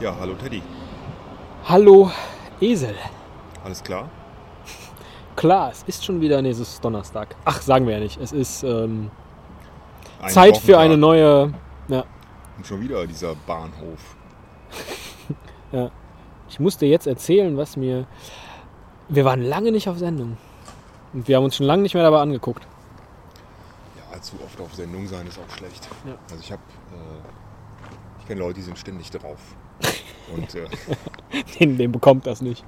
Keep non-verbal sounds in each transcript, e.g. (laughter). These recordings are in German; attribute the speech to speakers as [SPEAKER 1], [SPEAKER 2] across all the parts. [SPEAKER 1] Ja, hallo Teddy.
[SPEAKER 2] Hallo, Esel.
[SPEAKER 1] Alles klar?
[SPEAKER 2] Klar, es ist schon wieder, nee, es ist Donnerstag. Ach, sagen wir ja nicht. Es ist ähm,
[SPEAKER 1] Ein
[SPEAKER 2] Zeit für
[SPEAKER 1] Wochentag.
[SPEAKER 2] eine neue. Ja,
[SPEAKER 1] Und schon wieder dieser Bahnhof.
[SPEAKER 2] ich muss dir jetzt erzählen, was mir. Wir waren lange nicht auf Sendung. Und wir haben uns schon lange nicht mehr dabei angeguckt. (laughs)
[SPEAKER 1] Ja, zu oft auf Sendung sein ist auch schlecht.
[SPEAKER 2] Ja.
[SPEAKER 1] Also ich habe, äh, ich kenne Leute, die sind ständig drauf.
[SPEAKER 2] (laughs)
[SPEAKER 1] Und äh,
[SPEAKER 2] Den, den bekommt das nicht.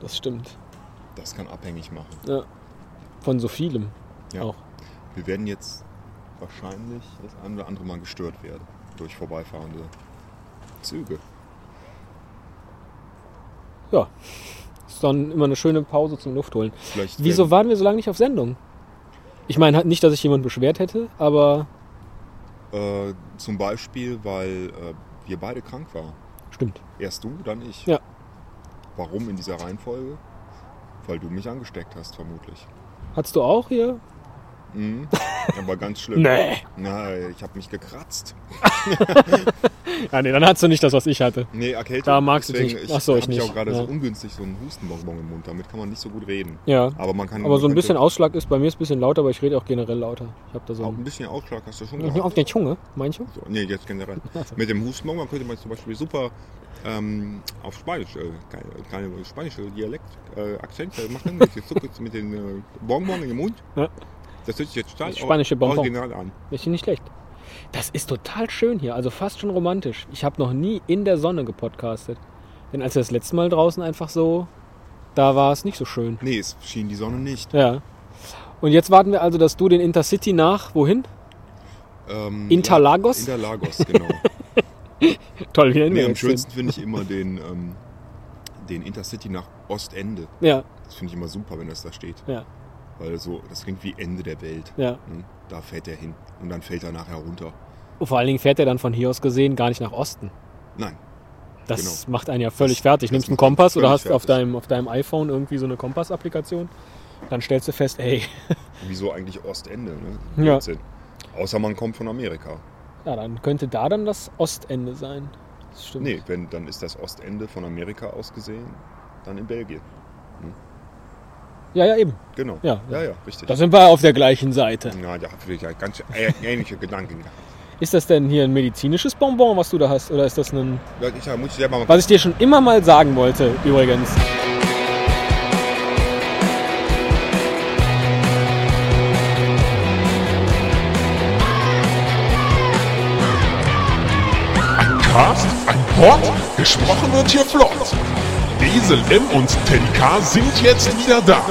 [SPEAKER 2] Das stimmt.
[SPEAKER 1] das kann abhängig machen.
[SPEAKER 2] Von so vielem
[SPEAKER 1] Ja.
[SPEAKER 2] auch.
[SPEAKER 1] Wir werden jetzt wahrscheinlich das ein oder andere Mal gestört werden durch vorbeifahrende Züge.
[SPEAKER 2] Ist dann immer eine schöne Pause zum Luft holen.
[SPEAKER 1] Vielleicht
[SPEAKER 2] Wieso
[SPEAKER 1] werden,
[SPEAKER 2] waren wir so lange nicht auf Sendung? Ich meine halt nicht, dass sich jemand beschwert hätte, aber
[SPEAKER 1] äh, Zum Beispiel, weil äh, wir beide krank waren.
[SPEAKER 2] stimmt.
[SPEAKER 1] Erst du, dann ich.
[SPEAKER 2] Ja.
[SPEAKER 1] Warum in dieser Reihenfolge? Weil du mich angesteckt hast, vermutlich.
[SPEAKER 2] Hattest du auch hier? (laughs)
[SPEAKER 1] Mhm. Aber ganz schlimm.
[SPEAKER 2] Nee.
[SPEAKER 1] Na, ich habe mich gekratzt.
[SPEAKER 2] Ja, Ah, nee, dann hattest du nicht das, was ich hatte.
[SPEAKER 1] Nee, Erkältung.
[SPEAKER 2] Da magst du dich
[SPEAKER 1] Deswegen,
[SPEAKER 2] nicht. Ach so, ich
[SPEAKER 1] hab
[SPEAKER 2] nicht.
[SPEAKER 1] Ich auch gerade
[SPEAKER 2] Ja.
[SPEAKER 1] so ungünstig so einen Hustenbonbon im Mund. Damit kann man nicht so gut reden.
[SPEAKER 2] Ja.
[SPEAKER 1] Aber man kann.
[SPEAKER 2] Aber so ein
[SPEAKER 1] man
[SPEAKER 2] bisschen
[SPEAKER 1] könnte-
[SPEAKER 2] Ausschlag ist bei mir ist ein bisschen lauter, aber ich rede auch generell lauter. Ich habe da so
[SPEAKER 1] Auch ein
[SPEAKER 2] einen,
[SPEAKER 1] bisschen Ausschlag hast du schon.
[SPEAKER 2] ja.
[SPEAKER 1] gehabt.
[SPEAKER 2] auf der Zunge, meinst du?
[SPEAKER 1] So, nee, jetzt
[SPEAKER 2] (laughs)
[SPEAKER 1] generell. Mit dem Hustenbonbon könnte man zum Beispiel super ähm, auf Spanisch, äh, keine, keine spanische Dialekt, äh, Akzente machen. Mit, den Zucker- mit den äh, Bonbon im Mund.
[SPEAKER 2] Ja.
[SPEAKER 1] Das hört sich jetzt total
[SPEAKER 2] Das spanische Bonbon.
[SPEAKER 1] original an.
[SPEAKER 2] Ist nicht schlecht. Das ist total schön hier, also fast schon romantisch. Ich habe noch nie in der Sonne gepodcastet. Denn als wir das letzte Mal draußen einfach so, da war es nicht so schön.
[SPEAKER 1] Nee, es schien die Sonne nicht.
[SPEAKER 2] Ja. Und jetzt warten wir also, dass du den Intercity nach wohin?
[SPEAKER 1] Ähm,
[SPEAKER 2] Interlagos?
[SPEAKER 1] Interlagos,
[SPEAKER 2] (laughs)
[SPEAKER 1] genau.
[SPEAKER 2] Toll, wieder
[SPEAKER 1] nee,
[SPEAKER 2] hingegangen
[SPEAKER 1] am
[SPEAKER 2] sind.
[SPEAKER 1] schönsten finde ich immer den, ähm, den Intercity nach Ostende.
[SPEAKER 2] Ja,
[SPEAKER 1] Das finde ich immer super, wenn das da steht.
[SPEAKER 2] ja,
[SPEAKER 1] Weil so, das klingt wie Ende der Welt.
[SPEAKER 2] ja.
[SPEAKER 1] Ne? Da fährt er hin und dann fällt er nachher runter.
[SPEAKER 2] Und vor allen Dingen fährt er dann von hier aus gesehen gar nicht nach Osten.
[SPEAKER 1] Nein,
[SPEAKER 2] Das
[SPEAKER 1] Genau.
[SPEAKER 2] macht einen ja völlig
[SPEAKER 1] Das-
[SPEAKER 2] fertig.
[SPEAKER 1] das
[SPEAKER 2] Nimmst einen
[SPEAKER 1] macht einen
[SPEAKER 2] Kompass oder
[SPEAKER 1] völlig
[SPEAKER 2] hast auf
[SPEAKER 1] fertig.
[SPEAKER 2] deinem, auf deinem iPhone irgendwie so eine Kompass-Applikation, dann stellst du fest, ey,
[SPEAKER 1] wieso eigentlich Ostende? Ne?
[SPEAKER 2] Ja.
[SPEAKER 1] Blödsinn. Außer man kommt von Amerika.
[SPEAKER 2] ja, dann könnte da dann das Ostende sein. Das stimmt.
[SPEAKER 1] Nee, wenn, dann ist das Ostende von Amerika aus gesehen, dann in Belgien.
[SPEAKER 2] Ja, ja, eben.
[SPEAKER 1] Genau.
[SPEAKER 2] Ja,
[SPEAKER 1] ja,
[SPEAKER 2] ja.
[SPEAKER 1] richtig.
[SPEAKER 2] Da sind wir auf der gleichen Seite.
[SPEAKER 1] Na, da habe ich ja ganz ä- ähnliche Gedanken gehabt.
[SPEAKER 2] Ist das denn hier ein medizinisches Bonbon, was du da hast? Oder ist das ein.
[SPEAKER 1] Ja, Ich ja, muss ich selber mal
[SPEAKER 2] Was ich dir schon immer mal sagen wollte, übrigens.
[SPEAKER 3] Cast, ein Pod, gesprochen wird hier flott. Esel M und Teddy K sind jetzt wieder da.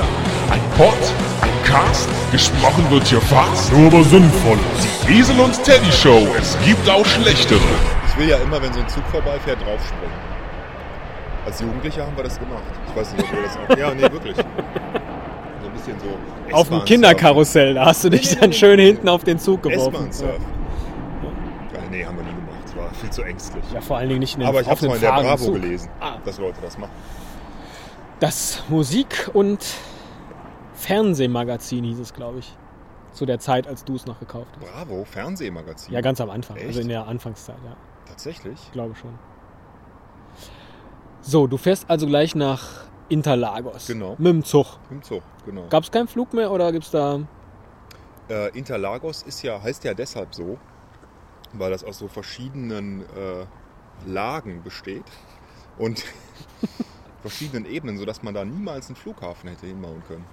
[SPEAKER 3] Ein Pod, ein Cast, gesprochen wird hier fast, nur aber sinnvoll. Die Esel und Teddy Show, es gibt auch schlechtere.
[SPEAKER 1] Ich will ja immer, wenn so ein Zug vorbeifährt, draufspringen. Als Jugendliche haben wir das gemacht. Ich weiß nicht, ob wir das auch. Ja, nee, wirklich. So ein bisschen so.
[SPEAKER 2] Auf dem Kinderkarussell, da hast du dich dann schön hinten auf den Zug geworfen.
[SPEAKER 1] S-Bahn-Surfen. Ja, nee, haben wir nie gemacht. Es war viel zu ängstlich.
[SPEAKER 2] Ja, vor allen Dingen nicht in den,
[SPEAKER 1] Aber ich
[SPEAKER 2] auf
[SPEAKER 1] habe es
[SPEAKER 2] den
[SPEAKER 1] mal in der
[SPEAKER 2] fahrenden
[SPEAKER 1] Bravo
[SPEAKER 2] Zug.
[SPEAKER 1] gelesen,
[SPEAKER 2] Ah.
[SPEAKER 1] dass Leute das machen.
[SPEAKER 2] Das Musik- und Fernsehmagazin hieß es, glaube ich. Zu der Zeit, als du es noch gekauft hast.
[SPEAKER 1] Bravo, Fernsehmagazin.
[SPEAKER 2] Ja, ganz am Anfang.
[SPEAKER 1] Echt?
[SPEAKER 2] Also in der Anfangszeit, ja.
[SPEAKER 1] Tatsächlich?
[SPEAKER 2] Ich glaube schon. So, du fährst also gleich nach Interlagos.
[SPEAKER 1] Genau.
[SPEAKER 2] Mit dem Zug.
[SPEAKER 1] Im Zug, genau.
[SPEAKER 2] Gab es keinen Flug mehr oder gibt es da. (laughs)
[SPEAKER 1] Äh, Interlagos ist ja, heißt ja deshalb so, weil das aus so verschiedenen äh, Lagen besteht und (laughs) verschiedenen Ebenen, sodass man da niemals einen Flughafen hätte hinbauen können.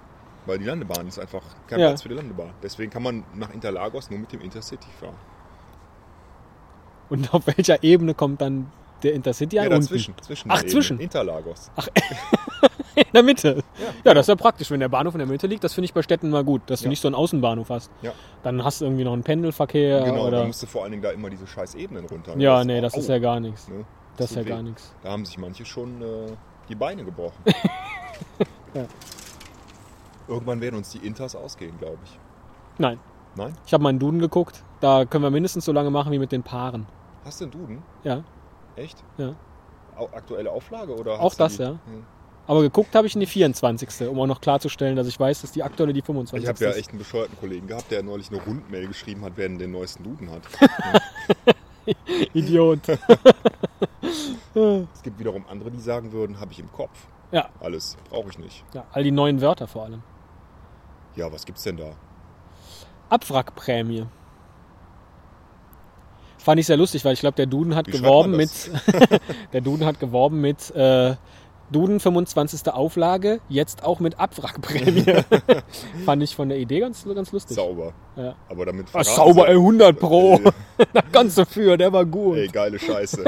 [SPEAKER 1] Weil die Landebahn ist einfach kein
[SPEAKER 2] Ja.
[SPEAKER 1] Platz für die Landebahn. Deswegen kann man nach Interlagos nur mit dem Intercity fahren.
[SPEAKER 2] Und auf welcher Ebene kommt dann der Intercity an? Unten.
[SPEAKER 1] dazwischen. zwischen
[SPEAKER 2] Ach,
[SPEAKER 1] der Ebene.
[SPEAKER 2] zwischen.
[SPEAKER 1] Interlagos.
[SPEAKER 2] (laughs) In der Mitte. Ja. das ist ja praktisch, wenn der Bahnhof in der Mitte liegt. Das finde ich bei Städten mal gut, dass du
[SPEAKER 1] Ja.
[SPEAKER 2] nicht so einen Außenbahnhof hast.
[SPEAKER 1] Ja.
[SPEAKER 2] Dann hast du irgendwie noch einen Pendelverkehr
[SPEAKER 1] genau, da
[SPEAKER 2] oder.
[SPEAKER 1] musst du vor allen Dingen da immer diese scheiß Ebenen runter.
[SPEAKER 2] Ja, nee, das ist ja
[SPEAKER 1] au,
[SPEAKER 2] gar nichts.
[SPEAKER 1] ne?
[SPEAKER 2] Das ist ja
[SPEAKER 1] tut weh.
[SPEAKER 2] gar nichts.
[SPEAKER 1] Da haben sich manche schon äh, die Beine gebrochen. Irgendwann werden uns die Inters ausgehen, glaube ich.
[SPEAKER 2] Nein.
[SPEAKER 1] Nein?
[SPEAKER 2] Ich habe mal in Duden geguckt. Da können wir mindestens so lange machen wie mit den Paaren.
[SPEAKER 1] Hast du einen Duden?
[SPEAKER 2] Ja.
[SPEAKER 1] Echt?
[SPEAKER 2] Ja.
[SPEAKER 1] Au- Aktuelle Auflage oder?
[SPEAKER 2] Auch
[SPEAKER 1] hast du
[SPEAKER 2] das,
[SPEAKER 1] die-
[SPEAKER 2] ja. Aber geguckt habe ich in die 24. Um auch noch klarzustellen, dass ich weiß, dass die aktuelle die 25.
[SPEAKER 1] Ich habe ja
[SPEAKER 2] ist.
[SPEAKER 1] echt einen bescheuerten Kollegen gehabt, der neulich eine Rundmail geschrieben
[SPEAKER 2] (laughs)
[SPEAKER 1] (laughs) hat, wer denn den neuesten Duden hat.
[SPEAKER 2] Idiot.
[SPEAKER 1] Es gibt wiederum andere, die sagen würden, habe ich im Kopf.
[SPEAKER 2] Ja,
[SPEAKER 1] Alles brauche ich nicht.
[SPEAKER 2] ja, all die neuen Wörter vor allem.
[SPEAKER 1] Ja, was gibt's denn da?
[SPEAKER 2] Abwrackprämie. Fand ich sehr lustig, weil ich glaube, der Duden hat
[SPEAKER 1] Wie schreibt
[SPEAKER 2] geworben
[SPEAKER 1] man
[SPEAKER 2] mit.
[SPEAKER 1] das?
[SPEAKER 2] (laughs) der Duden hat geworben mit äh, Duden 25. Auflage, jetzt auch
[SPEAKER 1] (laughs)
[SPEAKER 2] mit Abwrackprämie. Fand ich von der Idee ganz, ganz lustig.
[SPEAKER 1] Sauber.
[SPEAKER 2] Ja.
[SPEAKER 1] Aber damit
[SPEAKER 2] Ah,
[SPEAKER 1] verraten
[SPEAKER 2] sauber,
[SPEAKER 1] sie-
[SPEAKER 2] ey, 100 Pro.
[SPEAKER 1] Ey.
[SPEAKER 2] da kannst du für, der war
[SPEAKER 1] (laughs)
[SPEAKER 2] gut.
[SPEAKER 1] Ey, geile Scheiße.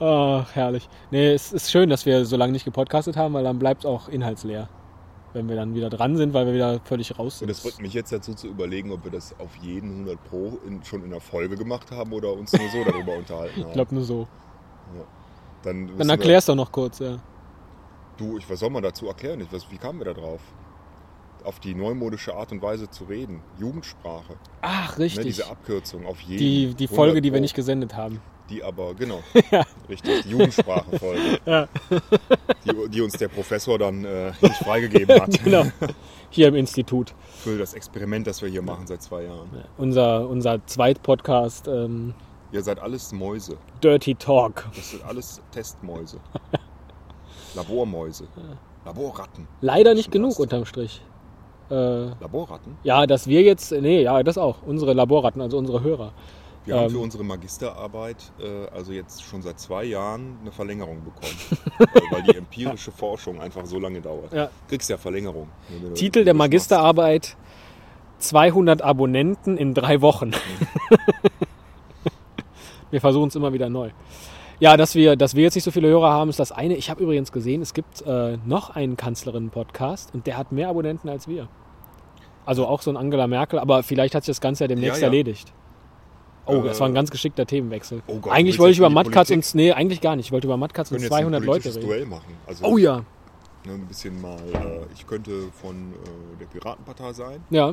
[SPEAKER 2] Ach, herrlich. Nee, es ist schön, dass wir so lange nicht gepodcastet haben, weil dann bleibt auch inhaltsleer. Wenn wir dann wieder dran sind, weil wir wieder völlig raus
[SPEAKER 1] Und
[SPEAKER 2] sind.
[SPEAKER 1] das bringt mich jetzt dazu zu überlegen, ob wir das auf jeden 100 Pro in, schon in der Folge gemacht haben oder uns nur so
[SPEAKER 2] (laughs)
[SPEAKER 1] darüber unterhalten haben.
[SPEAKER 2] ich glaube nur so.
[SPEAKER 1] dann wissen
[SPEAKER 2] Dann
[SPEAKER 1] wir-
[SPEAKER 2] erklär's doch noch kurz, ja.
[SPEAKER 1] Du, ich, was soll man dazu erklären? Ich, was, wie kamen wir da drauf? Auf die neumodische Art und Weise zu reden. Jugendsprache.
[SPEAKER 2] Ach,
[SPEAKER 1] Ne,
[SPEAKER 2] richtig.
[SPEAKER 1] diese Abkürzung auf jeden.
[SPEAKER 2] die, die Folge, die wir
[SPEAKER 1] 100
[SPEAKER 2] nicht gesendet haben. (laughs)
[SPEAKER 1] Pro, Die aber, genau. Richtig, die Jugendsprache-Folge.
[SPEAKER 2] (laughs) Ja.
[SPEAKER 1] Die, die uns der Professor dann äh, nicht freigegeben hat.
[SPEAKER 2] (laughs) Genau. Hier im Institut.
[SPEAKER 1] Für das Experiment, das wir hier machen seit zwei Jahren.
[SPEAKER 2] Unser, unser Zweitpodcast, ähm,
[SPEAKER 1] Ihr seid alles Mäuse.
[SPEAKER 2] Dirty Talk.
[SPEAKER 1] Das sind alles
[SPEAKER 2] (laughs)
[SPEAKER 1] Testmäuse. Labormäuse. Laborratten.
[SPEAKER 2] Leider nicht
[SPEAKER 1] Schon
[SPEAKER 2] genug
[SPEAKER 1] fast.
[SPEAKER 2] unterm Strich. Äh,
[SPEAKER 1] Laborratten?
[SPEAKER 2] ja, dass wir jetzt, nee, ja, das auch. Unsere Laborratten, also unsere Hörer.
[SPEAKER 1] Wir
[SPEAKER 2] Ähm.
[SPEAKER 1] haben für unsere Magisterarbeit, äh, also jetzt schon seit zwei Jahren, eine Verlängerung
[SPEAKER 2] (laughs)
[SPEAKER 1] bekommen. Äh, weil die empirische Forschung einfach so lange dauert.
[SPEAKER 2] Ja.
[SPEAKER 1] Kriegst ja Verlängerung. wenn du- wenn
[SPEAKER 2] Titel
[SPEAKER 1] du
[SPEAKER 2] der
[SPEAKER 1] das
[SPEAKER 2] Magisterarbeit 200 Abonnenten in drei Wochen. (laughs) wir versuchen es immer wieder neu. Ja, dass wir, dass wir jetzt nicht so viele Hörer haben, ist das eine. Ich habe übrigens gesehen, es gibt äh, noch einen Kanzlerinnen-Podcast und der hat mehr Abonnenten als wir. Also auch so ein Angela Merkel, aber vielleicht hat sich das Ganze ja demnächst
[SPEAKER 1] Ja, ja.
[SPEAKER 2] erledigt. Oh, das
[SPEAKER 1] Äh,
[SPEAKER 2] war ein ganz geschickter Themenwechsel.
[SPEAKER 1] oh Gott,
[SPEAKER 2] eigentlich
[SPEAKER 1] willst
[SPEAKER 2] wollte
[SPEAKER 1] du
[SPEAKER 2] ich über
[SPEAKER 1] die
[SPEAKER 2] Matkatz
[SPEAKER 1] Politik?
[SPEAKER 2] und nee, eigentlich gar nicht. Ich wollte über Matkatz
[SPEAKER 1] Wir
[SPEAKER 2] und
[SPEAKER 1] können jetzt
[SPEAKER 2] 200
[SPEAKER 1] ein
[SPEAKER 2] Leute
[SPEAKER 1] politisches
[SPEAKER 2] reden.
[SPEAKER 1] Duell machen. Also
[SPEAKER 2] Oh ja,
[SPEAKER 1] ne, ein bisschen mal, äh, ich könnte von äh, der Piratenpartei sein
[SPEAKER 2] ja,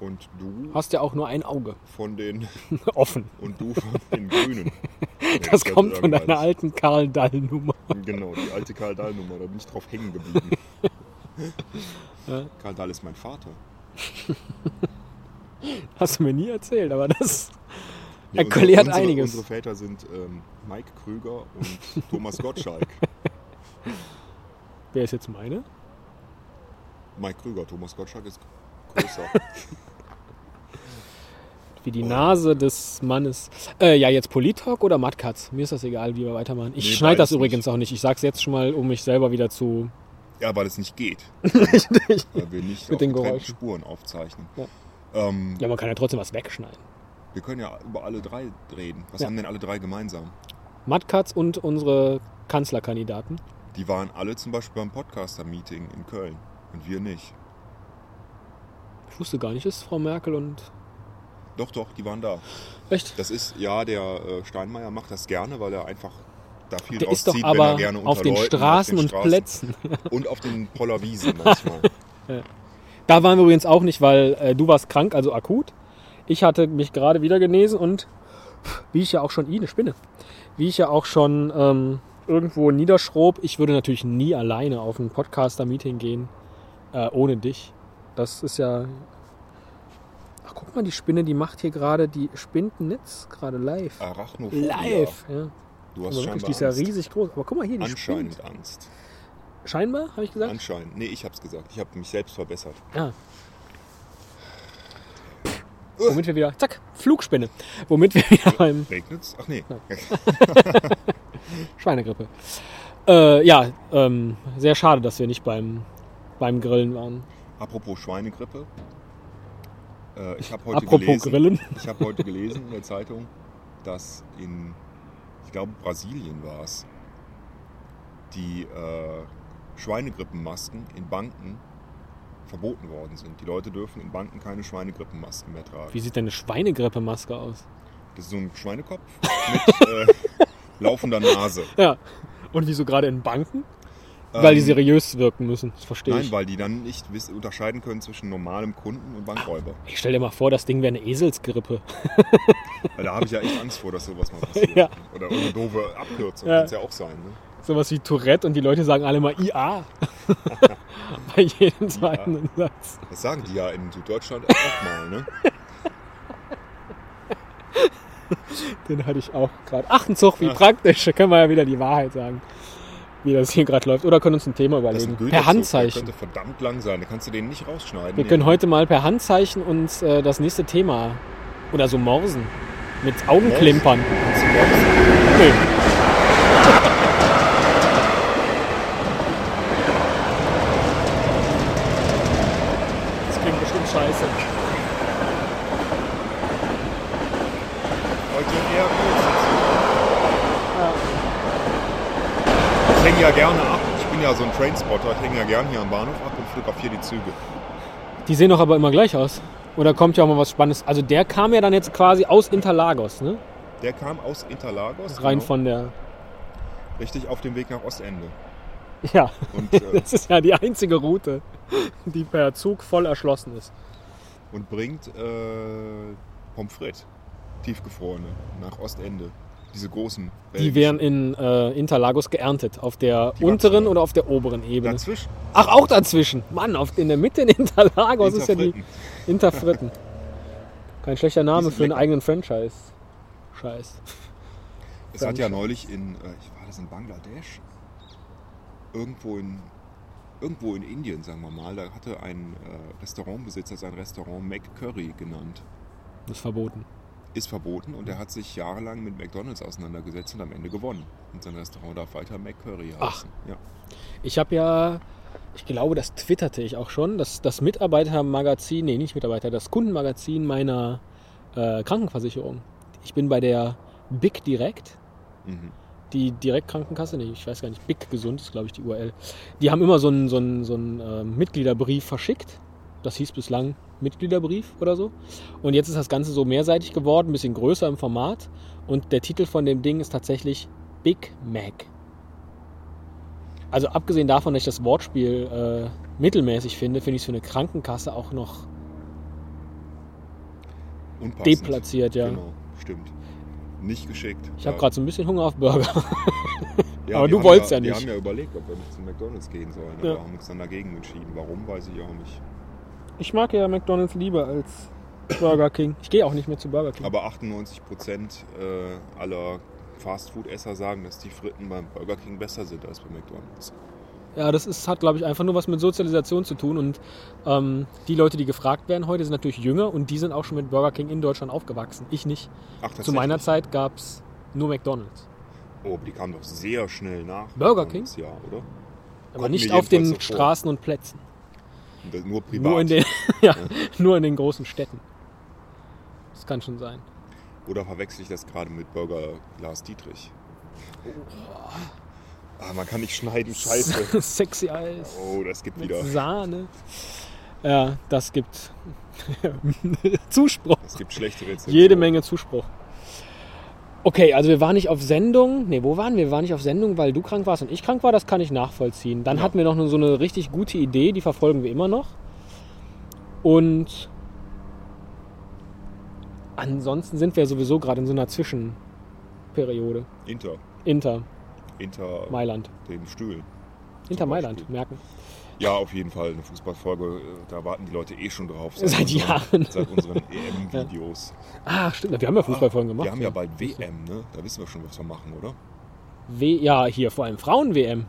[SPEAKER 1] und du
[SPEAKER 2] hast ja auch nur ein Auge (laughs)
[SPEAKER 1] von den
[SPEAKER 2] offen.
[SPEAKER 1] und du von den
[SPEAKER 2] (laughs)
[SPEAKER 1] Grünen. Nee,
[SPEAKER 2] Das
[SPEAKER 1] wird
[SPEAKER 2] kommt von
[SPEAKER 1] langweilig.
[SPEAKER 2] deiner alten Karl Dall Nummer.
[SPEAKER 1] Genau, die alte Karl Dahl-Nummer, da bin ich drauf hängen geblieben.
[SPEAKER 2] (laughs) Ja.
[SPEAKER 1] Karl Dahl ist mein Vater.
[SPEAKER 2] Hast du mir nie erzählt, aber das (laughs)
[SPEAKER 1] Nee, unsere-
[SPEAKER 2] erklärt
[SPEAKER 1] unsere,
[SPEAKER 2] einiges.
[SPEAKER 1] Unsere Väter sind ähm, Mike Krüger
[SPEAKER 2] (laughs)
[SPEAKER 1] und Thomas Gottschalk.
[SPEAKER 2] Wer ist jetzt meine?
[SPEAKER 1] Mike Krüger, Thomas Gottschalk ist größer.
[SPEAKER 2] Wie die
[SPEAKER 1] Oh.
[SPEAKER 2] Nase des Mannes. Äh, ja, jetzt Politalk oder Matkatz? Mir ist das egal, wie wir weitermachen. Ich
[SPEAKER 1] Nee,
[SPEAKER 2] schneide das
[SPEAKER 1] beides
[SPEAKER 2] übrigens auch nicht. Ich sag's jetzt schon mal, um mich selber wieder zu.
[SPEAKER 1] Ja, weil es nicht
[SPEAKER 2] (laughs)
[SPEAKER 1] geht. Weil wir nicht
[SPEAKER 2] Mit
[SPEAKER 1] auf getrennten
[SPEAKER 2] den Geräuschen.
[SPEAKER 1] Spuren aufzeichnen.
[SPEAKER 2] Ja.
[SPEAKER 1] Ähm,
[SPEAKER 2] Ja, man kann ja trotzdem was wegschneiden.
[SPEAKER 1] Wir können ja über alle drei reden. Was
[SPEAKER 2] Ja.
[SPEAKER 1] haben denn alle drei gemeinsam?
[SPEAKER 2] Matkatz und unsere Kanzlerkandidaten.
[SPEAKER 1] Die waren alle zum Beispiel beim Podcaster-Meeting in Köln und wir nicht.
[SPEAKER 2] Ich wusste gar nicht, ist Frau Merkel und.
[SPEAKER 1] Doch, doch, die waren da.
[SPEAKER 2] Echt?
[SPEAKER 1] Das ist, ja, der äh, Steinmeier macht das gerne, weil er einfach da viel
[SPEAKER 2] Der
[SPEAKER 1] draus
[SPEAKER 2] ist doch
[SPEAKER 1] zieht, wenn er
[SPEAKER 2] aber
[SPEAKER 1] gerne unter
[SPEAKER 2] auf den
[SPEAKER 1] Leuten,
[SPEAKER 2] Straßen
[SPEAKER 1] auf den
[SPEAKER 2] und Plätzen.
[SPEAKER 1] Und auf den Pollerwiesen
[SPEAKER 2] (laughs)
[SPEAKER 1] manchmal.
[SPEAKER 2] Da waren wir übrigens auch nicht, weil äh, du warst krank, also akut. Ich hatte mich gerade wieder genesen und wie ich ja auch schon, Ih, eine Spinne, wie ich ja auch schon ähm, irgendwo niederschrob, ich würde natürlich nie alleine auf ein Podcaster-Meeting gehen, äh, ohne dich. Das ist ja... Ach, guck mal, die Spinne, die macht hier gerade, die spinnt ein Netz gerade live.
[SPEAKER 1] Ah, Arachnophobie.
[SPEAKER 2] Live! Ja.
[SPEAKER 1] Du hast
[SPEAKER 2] Also wirklich,
[SPEAKER 1] scheinbar
[SPEAKER 2] die ist ja
[SPEAKER 1] Angst.
[SPEAKER 2] riesig groß. Aber guck mal hier, die spinnt.
[SPEAKER 1] Anscheinend Angst.
[SPEAKER 2] Scheinbar, habe ich gesagt?
[SPEAKER 1] Anscheinend. Nee, ich hab's gesagt. Ich habe mich selbst verbessert.
[SPEAKER 2] Ah. Womit wir wieder, zack, Flugspinne. Womit wir (laughs) wieder beim
[SPEAKER 1] Regnet's? Ach nee.
[SPEAKER 2] Schweinegrippe. Äh, ja, ähm, sehr schade, dass wir nicht beim, beim Grillen waren.
[SPEAKER 1] (laughs) Apropos Schweinegrippe. Äh, ich habe heute
[SPEAKER 2] Apropos
[SPEAKER 1] gelesen,
[SPEAKER 2] Grillen. (laughs)
[SPEAKER 1] Ich habe heute gelesen in der Zeitung, dass in, ich glaube, Brasilien war es, die äh, Schweinegrippenmasken in Banken verboten worden sind. Die Leute dürfen in Banken keine Schweinegrippenmasken mehr tragen.
[SPEAKER 2] Wie sieht denn eine Schweinegrippe-Maske aus?
[SPEAKER 1] Das ist so ein Schweinekopf mit äh, laufender Nase.
[SPEAKER 2] Ja. Und wieso gerade in Banken? (laughs) Weil die
[SPEAKER 1] Ähm,
[SPEAKER 2] seriös wirken müssen, das verstehe
[SPEAKER 1] Nein,
[SPEAKER 2] ich.
[SPEAKER 1] weil die dann nicht wiss- unterscheiden können zwischen normalem Kunden und Bankräuber.
[SPEAKER 2] Ich stell dir mal vor, das Ding wäre eine Eselsgrippe. (laughs)
[SPEAKER 1] Weil da habe ich ja echt Angst vor, dass sowas mal passiert.
[SPEAKER 2] Ja.
[SPEAKER 1] Oder irgendeine doofe Abkürzung.
[SPEAKER 2] Ja.
[SPEAKER 1] Kann's ja auch sein. Ne?
[SPEAKER 2] Sowas wie Tourette und die Leute sagen alle mal IA. (laughs) Bei jedem zweiten Satz.
[SPEAKER 1] Das sagen die ja in Süddeutschland auch mal, ne?
[SPEAKER 2] Den hatte ich auch gerade. Ach, ein Zug, wie praktisch. Da können wir ja wieder die Wahrheit sagen, wie das hier gerade läuft. Oder können uns ein Thema
[SPEAKER 1] Das ist
[SPEAKER 2] überlegen.
[SPEAKER 1] ein Güterzug.
[SPEAKER 2] per
[SPEAKER 1] Der
[SPEAKER 2] Handzeichen.
[SPEAKER 1] könnte verdammt lang sein. Da kannst du den nicht rausschneiden.
[SPEAKER 2] Wir können heute mal per Handzeichen uns äh, das nächste Thema oder so morsen. Mit Augenklimpern. Nee. Das klingt bestimmt scheiße.
[SPEAKER 1] Heute eher kurz. Ich hänge ja gerne ab. Ich bin ja so ein Trainspotter. Ich hänge ja gerne hier am Bahnhof ab und fotografiere die Züge.
[SPEAKER 2] Die sehen doch aber immer gleich aus. Oder kommt ja auch mal was Spannendes. Also der kam ja dann jetzt quasi aus Interlagos, ne?
[SPEAKER 1] Der kam aus Interlagos.
[SPEAKER 2] Rein
[SPEAKER 1] genau,
[SPEAKER 2] von der. (laughs)
[SPEAKER 1] Richtig auf dem Weg nach Ostende.
[SPEAKER 2] Ja, (laughs)
[SPEAKER 1] Und, äh,
[SPEAKER 2] das ist ja die einzige Route, die per Zug voll erschlossen ist.
[SPEAKER 1] und bringt äh, Pommes frites. Tiefgefrorene. Nach Ostende. Diese großen.
[SPEAKER 2] Die
[SPEAKER 1] belgischen.
[SPEAKER 2] werden in äh, Interlagos geerntet. Auf der
[SPEAKER 1] Die wachsen
[SPEAKER 2] unteren
[SPEAKER 1] da.
[SPEAKER 2] oder auf der oberen Ebene.
[SPEAKER 1] Dazwischen.
[SPEAKER 2] Ach, auch dazwischen. Mann, auf, in der Mitte in Interlagos ist ja die
[SPEAKER 1] Interfritten. (laughs)
[SPEAKER 2] Interfritten. Kein schlechter
[SPEAKER 1] Die
[SPEAKER 2] Name
[SPEAKER 1] sind
[SPEAKER 2] für einen
[SPEAKER 1] lecker.
[SPEAKER 2] eigenen Franchise. Scheiß.
[SPEAKER 1] Es hat ja neulich in, äh, ich war das in Bangladesch, irgendwo in, irgendwo in Indien, sagen wir mal, da hatte ein äh, Restaurantbesitzer sein Restaurant McCurry genannt.
[SPEAKER 2] Das ist verboten.
[SPEAKER 1] Ist verboten und er hat sich jahrelang mit McDonalds auseinandergesetzt und am Ende gewonnen. Und sein Restaurant darf weiter McCurry heißen. Ja.
[SPEAKER 2] Ich habe ja, ich glaube, das twitterte ich auch schon, dass das Mitarbeitermagazin, nee, nicht Mitarbeiter, das Kundenmagazin meiner äh, Krankenversicherung. Ich bin bei der Big Direct,
[SPEAKER 1] Mhm.
[SPEAKER 2] die Direktkrankenkasse, nee, ich weiß gar nicht, Big Gesund ist, glaube ich, die URL. Die haben immer so einen, so einen, so einen äh, Mitgliederbrief verschickt. Das hieß bislang Mitgliederbrief oder so. Und jetzt ist das Ganze so mehrseitig geworden, ein bisschen größer im Format. Und der Titel von dem Ding ist tatsächlich Big Mac. Also abgesehen davon, dass ich das Wortspiel äh, mittelmäßig finde, finde ich es für eine Krankenkasse auch noch
[SPEAKER 1] Unpassend.
[SPEAKER 2] deplatziert, ja.
[SPEAKER 1] Genau, stimmt. Nicht geschickt.
[SPEAKER 2] Ich habe gerade so ein bisschen Hunger auf Burger.
[SPEAKER 1] Ja,
[SPEAKER 2] aber
[SPEAKER 1] die
[SPEAKER 2] du
[SPEAKER 1] haben
[SPEAKER 2] wolltest
[SPEAKER 1] ja,
[SPEAKER 2] ja
[SPEAKER 1] Wir
[SPEAKER 2] nicht.
[SPEAKER 1] haben ja überlegt, ob wir nicht zu McDonalds gehen sollen,
[SPEAKER 2] Ja.
[SPEAKER 1] aber haben uns dann dagegen entschieden. Warum, weiß ich auch nicht.
[SPEAKER 2] Ich mag ja McDonalds lieber als Burger King. Ich gehe auch nicht mehr zu Burger King.
[SPEAKER 1] Aber 98% äh, aller Fastfood-Esser sagen, dass die Fritten beim Burger King besser sind als bei McDonalds.
[SPEAKER 2] Ja, das ist, hat, glaube ich, einfach nur was mit Sozialisation zu tun. Und ähm, die Leute, die gefragt werden heute, sind natürlich jünger und die sind auch schon mit Burger King in Deutschland aufgewachsen. Ich nicht.
[SPEAKER 1] Ach,
[SPEAKER 2] Zu meiner Zeit gab es nur McDonalds.
[SPEAKER 1] Oh, aber die kamen doch sehr schnell nach.
[SPEAKER 2] Burger
[SPEAKER 1] McDonald's, Ja, oder?
[SPEAKER 2] Aber
[SPEAKER 1] Kommt
[SPEAKER 2] nicht
[SPEAKER 1] mir
[SPEAKER 2] auf den
[SPEAKER 1] jedenfalls so vor.
[SPEAKER 2] Straßen und Plätzen.
[SPEAKER 1] Und das Nur privat.
[SPEAKER 2] Nur in, den, (laughs) ja, nur in den großen Städten. Das kann schon sein.
[SPEAKER 1] Oder verwechsel ich das gerade mit Burger Lars Dietrich?
[SPEAKER 2] Oh.
[SPEAKER 1] Ah, man kann nicht schneiden, scheiße.
[SPEAKER 2] (laughs) Sexy Eis.
[SPEAKER 1] Oh, das gibt
[SPEAKER 2] mit
[SPEAKER 1] wieder.
[SPEAKER 2] Sahne. Ja, das gibt (laughs) Zuspruch.
[SPEAKER 1] Es gibt schlechte Rezensionen.
[SPEAKER 2] Jede Menge Zuspruch. Okay, also wir waren nicht auf Sendung. Ne, wo waren wir? Wir waren nicht auf Sendung, weil du krank warst und ich krank war. Das kann ich nachvollziehen. Dann
[SPEAKER 1] Ja.
[SPEAKER 2] hatten wir noch so eine richtig gute Idee, die verfolgen wir immer noch. Und ansonsten sind wir sowieso gerade in so einer Zwischenperiode.
[SPEAKER 1] Inter.
[SPEAKER 2] Inter
[SPEAKER 1] Inter
[SPEAKER 2] Mailand.
[SPEAKER 1] den Stühlen.
[SPEAKER 2] Inter
[SPEAKER 1] Zum
[SPEAKER 2] Mailand,
[SPEAKER 1] Beispiel.
[SPEAKER 2] merken.
[SPEAKER 1] Ja, auf jeden Fall eine Fußballfolge. äh, Da warten die Leute eh schon drauf.
[SPEAKER 2] Seit Jahren.
[SPEAKER 1] Seit
[SPEAKER 2] (laughs)
[SPEAKER 1] unseren E EM-Videos.
[SPEAKER 2] Ah, stimmt. Wir haben ja Fußballfolgen gemacht.
[SPEAKER 1] Wir haben ja bald WM, ne? Da wissen wir schon, was wir machen, oder?
[SPEAKER 2] W ja, hier vor allem Frauen-WM.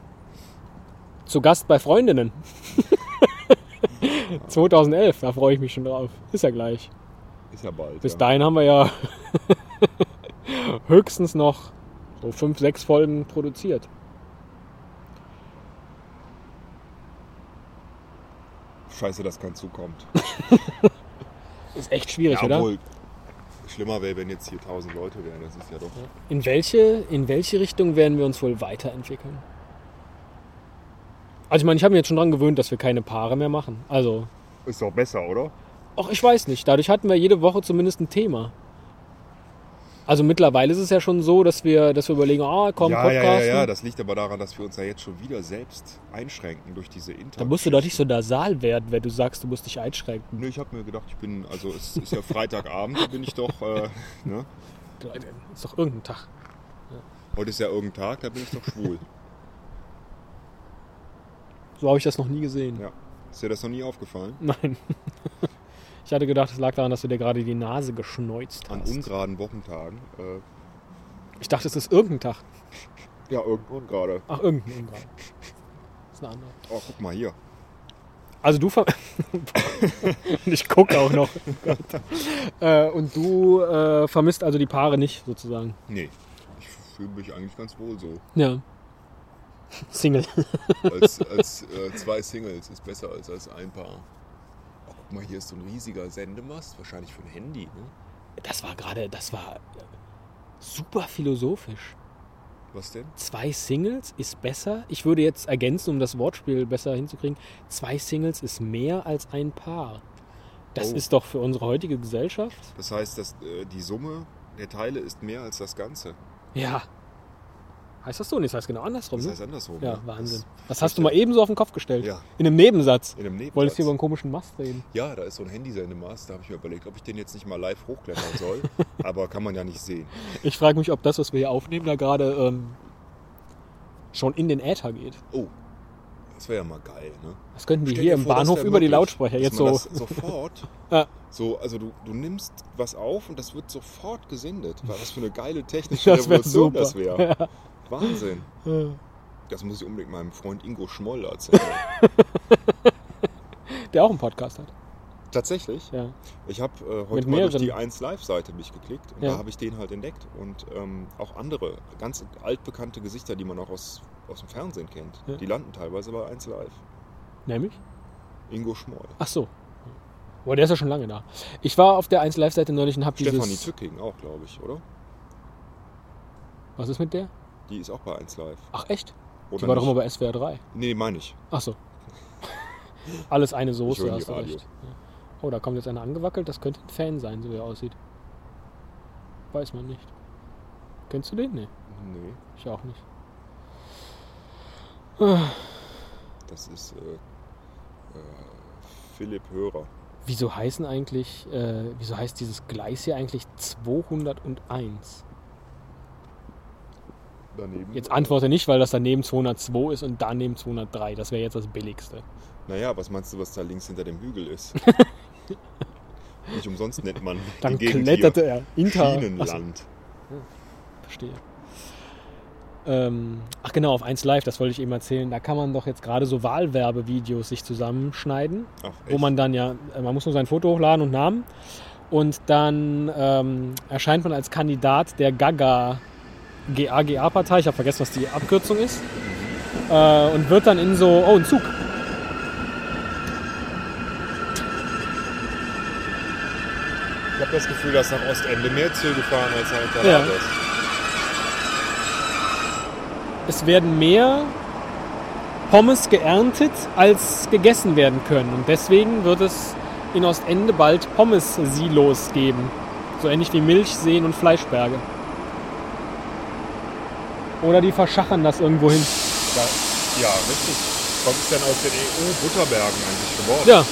[SPEAKER 2] Zu Gast bei Freundinnen. (laughs) 2011, da freue ich mich schon drauf. Ist ja gleich.
[SPEAKER 1] Ist ja bald.
[SPEAKER 2] Bis
[SPEAKER 1] ja.
[SPEAKER 2] dahin haben wir ja (laughs) höchstens noch so fünf, sechs Folgen produziert.
[SPEAKER 1] Scheiße, dass kein Zug kommt.
[SPEAKER 2] Ist echt schwierig,
[SPEAKER 1] ja,
[SPEAKER 2] oder?
[SPEAKER 1] obwohl, Schlimmer wäre, wenn jetzt hier 1000 Leute wären. Das ist ja doch.
[SPEAKER 2] In welche, in welche Richtung werden wir uns wohl weiterentwickeln? Also ich meine, ich habe mich jetzt schon dran gewöhnt, dass wir keine Paare mehr machen. Also,
[SPEAKER 1] Ist doch besser, oder?
[SPEAKER 2] ach, ich weiß nicht. Dadurch hatten wir jede Woche zumindest ein Thema. Also mittlerweile ist es ja schon so, dass wir, dass wir überlegen, ah, komm,
[SPEAKER 1] ja, ja,
[SPEAKER 2] Podcast.
[SPEAKER 1] ja, ja. Das liegt aber daran, dass wir uns ja jetzt schon wieder selbst einschränken durch diese Inter.
[SPEAKER 2] da musst du doch nicht so nasal werden, wenn du sagst, du musst dich einschränken.
[SPEAKER 1] Nö, Ne, ich habe mir gedacht, ich bin, also es ist ja Freitagabend, da bin ich doch, äh, ne?
[SPEAKER 2] Ist doch irgendein Tag.
[SPEAKER 1] Heute ist ja irgendein Tag, da bin ich doch schwul.
[SPEAKER 2] So habe ich das noch nie gesehen.
[SPEAKER 1] Ja. Ist dir das noch nie aufgefallen?
[SPEAKER 2] Nein. (laughs) Ich hatte gedacht, es lag daran, dass du dir gerade die Nase geschneuzt
[SPEAKER 1] An
[SPEAKER 2] hast.
[SPEAKER 1] ungeraden Wochentagen. Äh,
[SPEAKER 2] Ich dachte, es ist irgendein Tag.
[SPEAKER 1] ja, irgendwann gerade.
[SPEAKER 2] Ach, irgendein ungerade. Das ist eine andere.
[SPEAKER 1] Oh, guck mal hier.
[SPEAKER 2] Also du ver (laughs) Und ich gucke auch noch. Oh Gott. äh, und du äh, vermisst also die Paare nicht, sozusagen.
[SPEAKER 1] Nee, ich fühle mich eigentlich ganz wohl so.
[SPEAKER 2] Ja. (laughs) Single. (laughs)
[SPEAKER 1] Als, als äh, zwei Singles ist besser als als ein Paar. Oh, guck mal, hier ist so ein riesiger Sendemast. Wahrscheinlich für ein Handy, ne?
[SPEAKER 2] Das war gerade, das war äh, super philosophisch.
[SPEAKER 1] Was denn?
[SPEAKER 2] Zwei Singles ist besser. Ich würde jetzt ergänzen, um das Wortspiel besser hinzukriegen. Zwei Singles ist mehr als ein Paar. Das
[SPEAKER 1] Oh.
[SPEAKER 2] ist doch für unsere heutige Gesellschaft.
[SPEAKER 1] Das heißt, dass äh, die Summe der Teile ist mehr als das Ganze.
[SPEAKER 2] Ja. Heißt das so? Nee, das heißt genau andersrum.
[SPEAKER 1] Das
[SPEAKER 2] ne?
[SPEAKER 1] heißt andersrum.
[SPEAKER 2] Ja,
[SPEAKER 1] ne?
[SPEAKER 2] Wahnsinn.
[SPEAKER 1] Das-
[SPEAKER 2] Das hast du mal ebenso auf den Kopf gestellt.
[SPEAKER 1] Ja.
[SPEAKER 2] In einem Nebensatz.
[SPEAKER 1] In einem Nebensatz.
[SPEAKER 2] Wolltest du über einen komischen Mast reden?
[SPEAKER 1] Ja, da ist so ein Handysendemast. Da habe ich mir überlegt, ob ich den jetzt nicht mal live hochklettern
[SPEAKER 2] (laughs)
[SPEAKER 1] soll. aber kann man ja nicht sehen.
[SPEAKER 2] Ich frage mich, ob das, was wir hier aufnehmen, da gerade ähm, schon in den Äther geht.
[SPEAKER 1] Oh, das wäre ja mal geil, ne?
[SPEAKER 2] Das könnten wir
[SPEAKER 1] Stell
[SPEAKER 2] hier
[SPEAKER 1] dir
[SPEAKER 2] im
[SPEAKER 1] vor, das
[SPEAKER 2] Bahnhof
[SPEAKER 1] wär
[SPEAKER 2] über die
[SPEAKER 1] möglich,
[SPEAKER 2] Lautsprecher
[SPEAKER 1] dass
[SPEAKER 2] jetzt
[SPEAKER 1] man
[SPEAKER 2] so.
[SPEAKER 1] Das sofort.
[SPEAKER 2] (laughs) Ja.
[SPEAKER 1] So, also du, du nimmst was auf und das wird sofort gesendet. Was für eine geile technische
[SPEAKER 2] Das wär
[SPEAKER 1] Revolution
[SPEAKER 2] super.
[SPEAKER 1] das wäre. Wahnsinn. Das muss ich unbedingt meinem Freund Ingo Schmoll
[SPEAKER 2] (laughs)
[SPEAKER 1] erzählen.
[SPEAKER 2] Der auch einen Podcast hat.
[SPEAKER 1] Tatsächlich.
[SPEAKER 2] Ja.
[SPEAKER 1] Ich habe äh,
[SPEAKER 2] Mit
[SPEAKER 1] heute mal durch
[SPEAKER 2] mehreren.
[SPEAKER 1] die 1 Live-Seite mich geklickt und
[SPEAKER 2] Ja.
[SPEAKER 1] da habe ich den halt entdeckt und ähm, auch andere ganz altbekannte Gesichter, die man auch aus, aus dem Fernsehen kennt.
[SPEAKER 2] Ja.
[SPEAKER 1] Die landen teilweise bei 1 Live.
[SPEAKER 2] Nämlich?
[SPEAKER 1] Ingo Schmoll.
[SPEAKER 2] Ach so. Boah, der ist ja schon lange da. Ich war auf der 1 Live-Seite neulich und hab
[SPEAKER 1] Stefanie
[SPEAKER 2] dieses...
[SPEAKER 1] Tücking auch, glaube ich, oder?
[SPEAKER 2] Was ist mit der?
[SPEAKER 1] Die ist auch bei 1 Live.
[SPEAKER 2] Ach echt?
[SPEAKER 1] Oder
[SPEAKER 2] Die war doch
[SPEAKER 1] nicht?
[SPEAKER 2] immer bei SWR 3.
[SPEAKER 1] Nee, meine ich. (laughs)
[SPEAKER 2] Ach so. Alles eine
[SPEAKER 1] Ich
[SPEAKER 2] Soße,
[SPEAKER 1] höre
[SPEAKER 2] hast du
[SPEAKER 1] die
[SPEAKER 2] recht. Ja. Oh, da kommt jetzt einer angewackelt. Das könnte ein Fan sein, so wie er aussieht. Weiß man nicht. Kennst du den? Nee,
[SPEAKER 1] Nee,
[SPEAKER 2] ich auch nicht.
[SPEAKER 1] das ist äh, äh, Philipp Hörer.
[SPEAKER 2] Wieso heißen eigentlich, äh, wieso heißt dieses Gleis hier eigentlich 201?
[SPEAKER 1] Daneben.
[SPEAKER 2] Jetzt antworte nicht, weil das daneben 202 ist und daneben 203. Das wäre jetzt das Billigste.
[SPEAKER 1] Naja, was meinst du, was da links hinter dem Hügel ist?
[SPEAKER 2] (laughs)
[SPEAKER 1] Nicht umsonst nennt man
[SPEAKER 2] Dann
[SPEAKER 1] die Gegend
[SPEAKER 2] kletterte er.
[SPEAKER 1] hier
[SPEAKER 2] Inter. Achso,
[SPEAKER 1] Schienenland.
[SPEAKER 2] verstehe. Ähm, ach genau, auf 1 Live, das wollte ich eben erzählen. Da kann man doch jetzt gerade so Wahlwerbevideos sich zusammenschneiden.
[SPEAKER 1] Ach,
[SPEAKER 2] wo man dann ja, äh, man muss nur sein Foto hochladen und Namen. Und dann ähm, erscheint man als Kandidat der Gaga GAGA-Partei, ich habe vergessen, was die Abkürzung ist, äh, und wird dann in so, oh, ein Zug.
[SPEAKER 1] Ich habe das Gefühl, dass nach Ostende mehr Züge fahren als nach
[SPEAKER 2] Ja.
[SPEAKER 1] Interlagos.
[SPEAKER 2] Es werden mehr Pommes geerntet, als gegessen werden können. Und deswegen wird es in Ostende bald Pommes-Silos geben. So ähnlich wie Milchseen und Fleischberge. Oder die verschachern das irgendwo hin.
[SPEAKER 1] Ja. ja, richtig. Was ist denn aus den EU-Butterbergen eigentlich geworden?
[SPEAKER 2] Ja.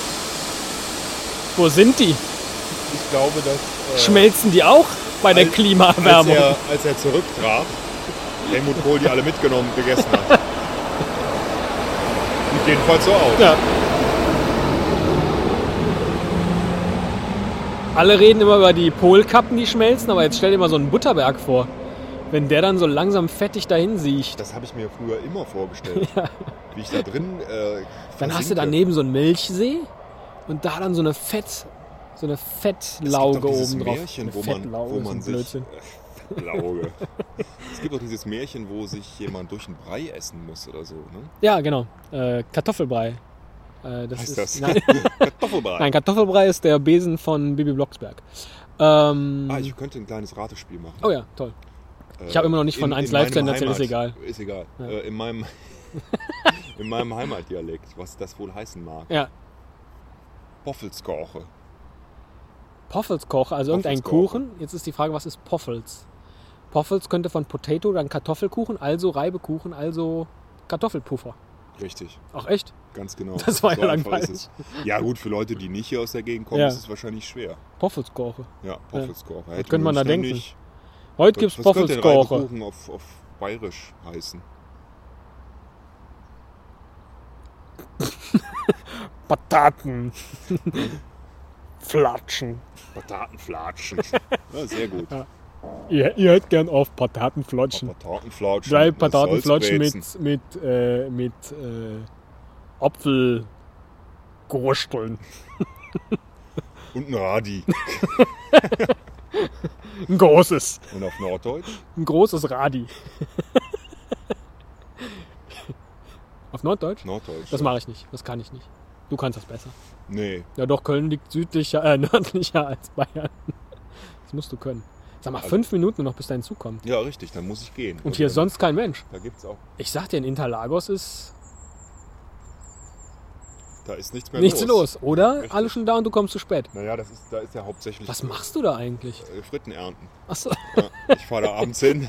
[SPEAKER 2] Wo sind die?
[SPEAKER 1] Ich glaube, dass äh,
[SPEAKER 2] Schmelzen die auch bei der
[SPEAKER 1] als- als,
[SPEAKER 2] Klimaerwärmung?
[SPEAKER 1] er, als er zurücktraf, Helmut Kohl die alle mitgenommen und gegessen hat. Sieht jedenfalls so aus.
[SPEAKER 2] Ja. Alle reden immer über die Polkappen, die schmelzen, aber jetzt stell dir mal so einen Butterberg vor. Wenn der dann so langsam fettig dahin siecht,
[SPEAKER 1] Das habe ich mir früher immer
[SPEAKER 2] (laughs)
[SPEAKER 1] vorgestellt. Wie ich da drin. Äh,
[SPEAKER 2] dann hast
[SPEAKER 1] versinke.
[SPEAKER 2] du daneben so einen Milchsee und da dann so eine Fett, so eine
[SPEAKER 1] Es gibt
[SPEAKER 2] Fettlauge
[SPEAKER 1] doch dieses
[SPEAKER 2] oben drauf.
[SPEAKER 1] Märchen,
[SPEAKER 2] eine
[SPEAKER 1] wo man, wo
[SPEAKER 2] ist ein
[SPEAKER 1] man sich. (laughs)
[SPEAKER 2] Blödsinn.
[SPEAKER 1] Äh, Lauge. es gibt doch dieses Märchen, wo sich jemand durch einen Brei essen muss oder so. Ne?
[SPEAKER 2] Ja, genau. Äh, Kartoffelbrei. Äh, das
[SPEAKER 1] Heißt
[SPEAKER 2] ist,
[SPEAKER 1] das?
[SPEAKER 2] Nein,
[SPEAKER 1] (laughs) Kartoffelbrei.
[SPEAKER 2] Nein, Kartoffelbrei ist der Besen von Bibi Blocksberg. Ähm,
[SPEAKER 1] Ah, ich könnte ein kleines Ratespiel machen.
[SPEAKER 2] oh ja, toll.
[SPEAKER 1] Äh,
[SPEAKER 2] ich hab immer noch nicht von
[SPEAKER 1] in-
[SPEAKER 2] 1
[SPEAKER 1] in
[SPEAKER 2] Live
[SPEAKER 1] meinem
[SPEAKER 2] Sender erzählt, ist
[SPEAKER 1] Heimat- Ist egal.
[SPEAKER 2] Ja.
[SPEAKER 1] Äh, in, meinem, (laughs) in meinem Heimatdialekt, was das wohl heißen mag.
[SPEAKER 2] Ja,
[SPEAKER 1] Poffelskorche.
[SPEAKER 2] Poffelskoch, also irgendein
[SPEAKER 1] Poffelskoche.
[SPEAKER 2] Kuchen. Jetzt ist die Frage, was ist Poffels? Poffels könnte von Potato dann Kartoffelkuchen, also Reibekuchen, also Kartoffelpuffer.
[SPEAKER 1] Richtig,
[SPEAKER 2] Ach echt?
[SPEAKER 1] ganz genau.
[SPEAKER 2] (laughs) Das war ja
[SPEAKER 1] einfach
[SPEAKER 2] langweilig.
[SPEAKER 1] ist es. Ja gut, für Leute, die nicht hier aus der Gegend kommen,
[SPEAKER 2] Ja.
[SPEAKER 1] ist es wahrscheinlich schwer.
[SPEAKER 2] Poffelskoche.
[SPEAKER 1] Ja, Poffelskorche. Hätte
[SPEAKER 2] könnte man da
[SPEAKER 1] Münchner
[SPEAKER 2] denken?
[SPEAKER 1] nicht-
[SPEAKER 2] Heute gibt's
[SPEAKER 1] was könnte denn
[SPEAKER 2] Poffelskoche.
[SPEAKER 1] Reibekuchen auf, auf bayerisch heißen?
[SPEAKER 2] Pataten. Patatenflatschen. (laughs)
[SPEAKER 1] Patatenflatschen. Ja, sehr gut.
[SPEAKER 2] Ihr, ihr hättet gern auf Patatenflatschen.
[SPEAKER 1] Patatenflatschen.
[SPEAKER 2] Drei
[SPEAKER 1] mit
[SPEAKER 2] Patatenflatschen
[SPEAKER 1] Salzbrezen.
[SPEAKER 2] mit, mit, äh, mit äh, Apfelgursteln.
[SPEAKER 1] Und ein Radi.
[SPEAKER 2] Ein großes.
[SPEAKER 1] Und auf Norddeutsch?
[SPEAKER 2] Ein großes Radi. (laughs) auf Norddeutsch?
[SPEAKER 1] Norddeutsch.
[SPEAKER 2] Das mache ich nicht. Das kann ich nicht. Du kannst das besser.
[SPEAKER 1] nee.
[SPEAKER 2] Ja doch, Köln liegt südlicher, äh, (laughs) nördlicher als Bayern. Das musst du können. Sag mal, fünf Minuten noch, bis dein Zug kommt.
[SPEAKER 1] Ja, richtig, dann muss ich gehen.
[SPEAKER 2] Und hier ist
[SPEAKER 1] dann-
[SPEAKER 2] sonst kein Mensch.
[SPEAKER 1] Da gibt's auch.
[SPEAKER 2] Ich sag dir, in Interlagos ist
[SPEAKER 1] Da ist nichts mehr
[SPEAKER 2] nichts
[SPEAKER 1] los.
[SPEAKER 2] los, oder?
[SPEAKER 1] Richtig.
[SPEAKER 2] Alle schon da und du kommst zu spät.
[SPEAKER 1] Naja, das ist, da ist ja hauptsächlich
[SPEAKER 2] Was machst du da eigentlich?
[SPEAKER 1] äh, Fritten ernten.
[SPEAKER 2] Achso,
[SPEAKER 1] Ja, ich fahre da abends hin.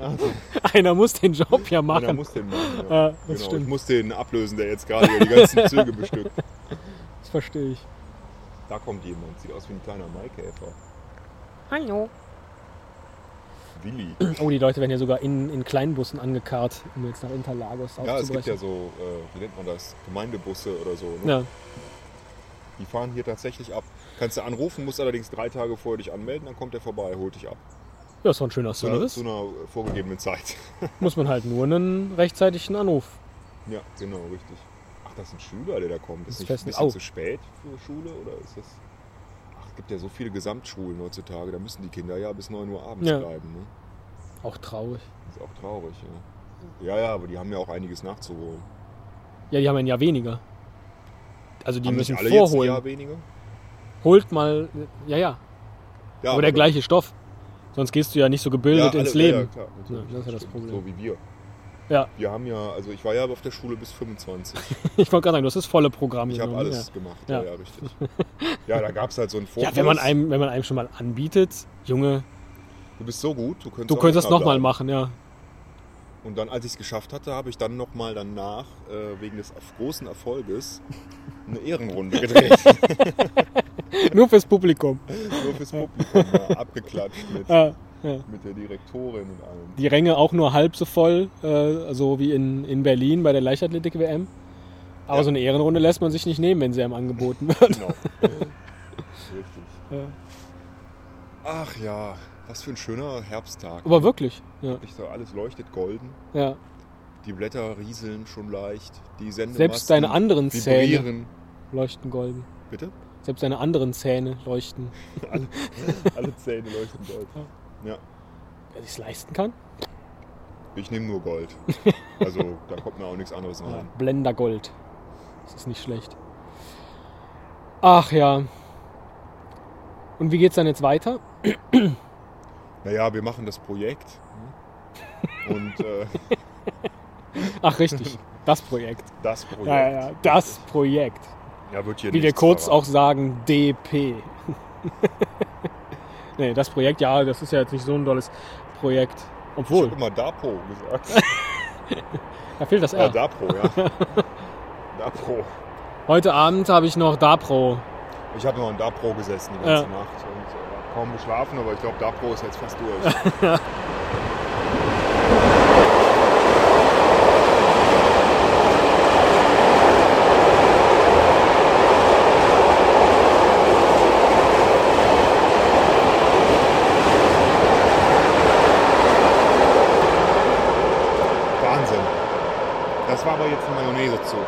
[SPEAKER 2] (laughs) einer muss den Job ja
[SPEAKER 1] Einer
[SPEAKER 2] machen.
[SPEAKER 1] muss den machen.
[SPEAKER 2] Ja, das
[SPEAKER 1] genau.
[SPEAKER 2] stimmt.
[SPEAKER 1] Ich muss den ablösen, der jetzt gerade hier die
[SPEAKER 2] (laughs)
[SPEAKER 1] ganzen Züge bestückt.
[SPEAKER 2] Das verstehe ich.
[SPEAKER 1] Da kommt jemand, sieht aus wie ein kleiner Maikäfer.
[SPEAKER 2] Hallo. (clears throat)
[SPEAKER 1] Willi.
[SPEAKER 2] Oh, die Leute werden ja sogar in, in Kleinbussen angekarrt, um jetzt nach Interlagos
[SPEAKER 1] Ja, es gibt ja
[SPEAKER 2] aufzubrechen.
[SPEAKER 1] so, äh, wie nennt man das? Gemeindebusse oder so. Ne?
[SPEAKER 2] ja,
[SPEAKER 1] Die fahren hier tatsächlich ab. Kannst du anrufen, musst allerdings drei Tage vorher dich anmelden, dann kommt der vorbei, holt dich ab.
[SPEAKER 2] ja, ist doch ein schöner
[SPEAKER 1] Zu, einer,
[SPEAKER 2] Service.
[SPEAKER 1] zu einer vorgegebenen Zeit.
[SPEAKER 2] Muss man halt nur einen rechtzeitigen Anruf.
[SPEAKER 1] Ja, genau, richtig. Ach, das ist ein Schüler, der da kommt.
[SPEAKER 2] Das
[SPEAKER 1] Ist nicht ein
[SPEAKER 2] Fest-
[SPEAKER 1] bisschen
[SPEAKER 2] oh.
[SPEAKER 1] zu spät für Schule oder ist das. Ach, es gibt ja so viele Gesamtschulen heutzutage, da müssen die Kinder ja bis 9 Uhr abends
[SPEAKER 2] Ja.
[SPEAKER 1] bleiben. Ne?
[SPEAKER 2] Auch traurig.
[SPEAKER 1] Ist auch traurig, ja. Ja, ja, aber die haben ja auch einiges nachzuholen.
[SPEAKER 2] Ja, die haben ein Jahr weniger. Also die
[SPEAKER 1] haben
[SPEAKER 2] müssen
[SPEAKER 1] nicht alle jetzt ein
[SPEAKER 2] vorholen.
[SPEAKER 1] Jahr weniger?
[SPEAKER 2] Holt mal, ja, ja,
[SPEAKER 1] Ja,
[SPEAKER 2] aber der gleiche Stoff. Sonst gehst du ja nicht so
[SPEAKER 1] ja,
[SPEAKER 2] gebildet
[SPEAKER 1] alle-
[SPEAKER 2] ins
[SPEAKER 1] Ja, ja,
[SPEAKER 2] Leben.
[SPEAKER 1] klar,
[SPEAKER 2] Ja, das ist ja das
[SPEAKER 1] Stimmt,
[SPEAKER 2] Problem.
[SPEAKER 1] So wie wir.
[SPEAKER 2] Ja.
[SPEAKER 1] Wir haben ja, also ich war ja auf der Schule bis 25.
[SPEAKER 2] Ich wollte gerade sagen, du hast das volle Programm.
[SPEAKER 1] Ich habe
[SPEAKER 2] genommen,
[SPEAKER 1] alles gemacht,
[SPEAKER 2] Ja.
[SPEAKER 1] ja, ja, richtig. Ja, da gab es halt so einen
[SPEAKER 2] (laughs) Ja,
[SPEAKER 1] Vorkurs.
[SPEAKER 2] ja wenn, man einem, wenn man einem schon mal anbietet, Junge,
[SPEAKER 1] Du bist so gut, du könntest,
[SPEAKER 2] du
[SPEAKER 1] auch
[SPEAKER 2] könntest das
[SPEAKER 1] noch
[SPEAKER 2] nochmal
[SPEAKER 1] bleiben.
[SPEAKER 2] machen, ja. (laughs)
[SPEAKER 1] Und dann, als ich es geschafft hatte, habe ich dann nochmal danach, äh, wegen des großen Erfolges, eine
[SPEAKER 2] (laughs)
[SPEAKER 1] Ehrenrunde gedreht.
[SPEAKER 2] Nur fürs Publikum.
[SPEAKER 1] Nur fürs Publikum, ja, abgeklatscht mit,
[SPEAKER 2] Ja, ja.
[SPEAKER 1] mit der Direktorin und
[SPEAKER 2] (laughs)
[SPEAKER 1] allem.
[SPEAKER 2] Die Ränge auch nur halb so voll, äh, so wie in, in Berlin bei der Leichtathletik-WM. Aber
[SPEAKER 1] Ja.
[SPEAKER 2] so eine Ehrenrunde lässt man sich nicht nehmen, wenn sie einem angeboten wird. (laughs)
[SPEAKER 1] Genau. Richtig.
[SPEAKER 2] Ja.
[SPEAKER 1] Ach ja, was für ein schöner Herbsttag.
[SPEAKER 2] Aber wirklich, ja.
[SPEAKER 1] Nicht so, alles leuchtet golden,
[SPEAKER 2] ja.
[SPEAKER 1] die Blätter rieseln schon leicht, die Sendemasten
[SPEAKER 2] Selbst deine anderen Zähne
[SPEAKER 1] vibrieren.
[SPEAKER 2] leuchten golden. (laughs)
[SPEAKER 1] Bitte?
[SPEAKER 2] Selbst deine anderen Zähne leuchten.
[SPEAKER 1] Alle Zähne leuchten gold. Ja.
[SPEAKER 2] Wer sich's leisten kann?
[SPEAKER 1] Ich nehme nur
[SPEAKER 2] (laughs)
[SPEAKER 1] Gold. Also da kommt mir auch nichts anderes rein.
[SPEAKER 2] Blender Gold. Das ist nicht schlecht. Ach ja. Und wie geht's dann jetzt weiter?
[SPEAKER 1] Naja, wir machen das Projekt.
[SPEAKER 2] Mhm.
[SPEAKER 1] Und äh, (laughs)
[SPEAKER 2] Ach richtig, das Projekt.
[SPEAKER 1] das Projekt.
[SPEAKER 2] (laughs) Ja, ja, ja, das Projekt.
[SPEAKER 1] Ja, wird hier
[SPEAKER 2] Wie wir
[SPEAKER 1] nichts
[SPEAKER 2] kurz
[SPEAKER 1] verraten.
[SPEAKER 2] auch sagen, DP. (laughs) nee, das Projekt, ja, das ist ja jetzt nicht so ein tolles Projekt.
[SPEAKER 1] Ich
[SPEAKER 2] Obwohl,
[SPEAKER 1] habe immer Dapo gesagt.
[SPEAKER 2] da fehlt das
[SPEAKER 1] Ja,
[SPEAKER 2] R.
[SPEAKER 1] Dapro,
[SPEAKER 2] (laughs)
[SPEAKER 1] ja. Dapro.
[SPEAKER 2] Heute Abend habe ich noch Dapro.
[SPEAKER 1] Ich habe immer in Dapro gesessen die ganze
[SPEAKER 2] Ja.
[SPEAKER 1] Nacht und äh, kaum geschlafen, aber ich glaube, Dapro ist jetzt fast
[SPEAKER 2] (laughs)
[SPEAKER 1] durch. Wahnsinn. Das war aber jetzt ein Mayonnaise-Zug.